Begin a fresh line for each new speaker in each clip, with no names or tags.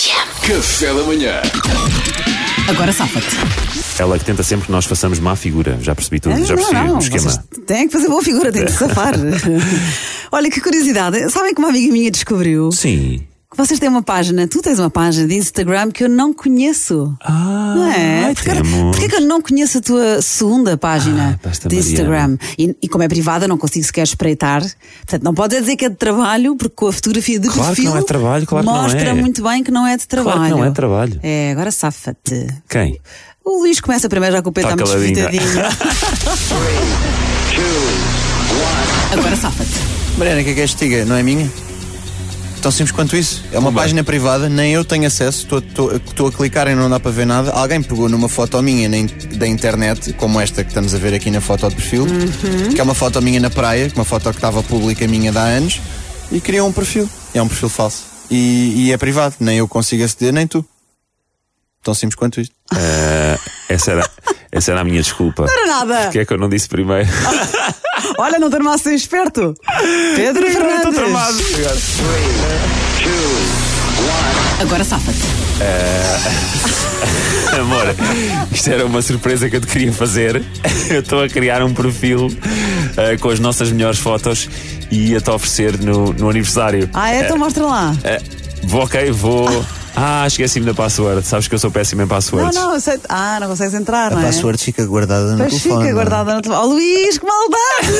Café da manhã.
Agora safa-te. Ah,
Ela é que tenta sempre que nós façamos má figura. Já percebi
É,
tudo, já percebi É. o esquema.
vocês têm que fazer boa figura, têm que safar. Olha, que curiosidade. Sabem que uma amiga minha descobriu
Sim.
que vocês têm uma página, tu tens uma página de Instagram que eu não conheço.
Ah,
Não é?
ai,
Porque,
temos.
porquê que eu não conheço a tua segunda página
Ah, basta,
de
Mariana.
Instagram? E, e como é privada, não consigo sequer espreitar. Portanto, não podes dizer que é de trabalho, porque com a fotografia de
Claro que
perfil
não é de trabalho, claro que não
mostra
é.
muito bem que não é de trabalho.
Claro que não é de trabalho.
É, agora safa-te.
Quem?
O Luís começa primeiro já com o peito
Tá
está muito
caladinho.
espetadinho. Agora safa-te.
Mariana, que é que és tiga? Não é minha? Tão simples quanto isso. É uma página privada, nem eu tenho acesso, estou- estou estou a clicar e não dá para ver nada. Alguém pegou numa foto minha na in- da internet, como esta que estamos a ver aqui na foto de perfil,
Uhum.
que é uma foto minha na praia, uma foto que estava pública minha de há anos, e criou um perfil. É um perfil falso. E, e é privado, nem eu consigo aceder, nem tu. Tão simples quanto isto.
Essa era, essa era a minha desculpa. Não
era nada.
Porquê é que eu não disse primeiro?
Ah, Olha, não tornaste ser esperto. Pedro
Estou
Fernandes.
tramado.
Agora safa-te.
Amor, isto era uma surpresa que eu te queria fazer. Eu estou a criar um perfil ah, com as nossas melhores fotos e a te oferecer no, no aniversário.
Ah, é? Então mostra lá.
Ah, vou, ok, vou. Ah, esqueci-me da password. Sabes que eu sou péssimo em
Não,
passwords.
não, eu sei. Ah, não consegues entrar, não é?
fica guardada no é?
Pois
é?
fica guardada na tua. Oh, Luís, que maldade!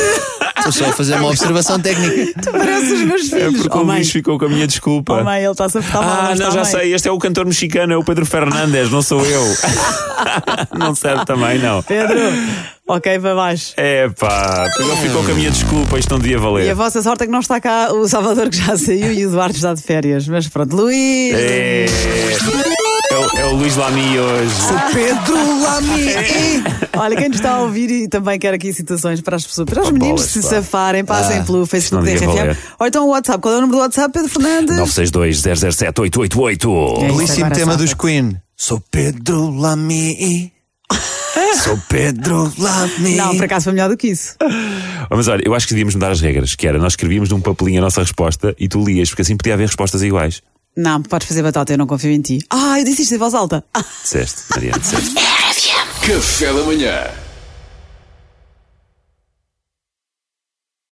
Estou só a fazer uma observação técnica.
tu pareces os meus
É
filhos.
porque
oh,
o
mãe.
Luís ficou com a minha desculpa.
Oh, mãe, ele está-se a ficar mal,
Ah,
mas
não,
está
já
bem.
sei, este é o cantor mexicano, é o Pedro Fernandes, não sou eu. não serve também, não.
Pedro, ok, para baixo.
Epá, ele ficou com a minha desculpa, isto não devia
E a
valer.
vossa sorte é que não está cá o Salvador que já saiu e o Eduardo está de férias. Mas pronto, Luís.
É, é o, é o Luís Lamy hoje.
Pedro
É.
Lamy!
Olha, quem nos está a ouvir e também quer aqui citações para as pessoas, para os
Pá,
meninos
bolas,
se
pá. Ah,
safarem, passem pelo
não
Facebook da
devia
RFM.
valer.
Ou então o WhatsApp. Qual é o número do WhatsApp, Pedro Fernandes?
962-007-888.
Belíssimo
Agora
tema
salta.
dos Queen. Sou Pedro Lamy. Sou Pedro Lamy.
Não, por acaso foi melhor do que isso.
Oh, Mas olha, eu acho que devíamos mudar as regras, que era nós escrevíamos num papelinho a nossa resposta e tu lias, porque assim podia haver respostas iguais.
Não, podes fazer batata, eu não confio em ti. Ah, eu disse isto em voz alta. Ah.
Disseste, Mariana, disseste.
Café da manhã.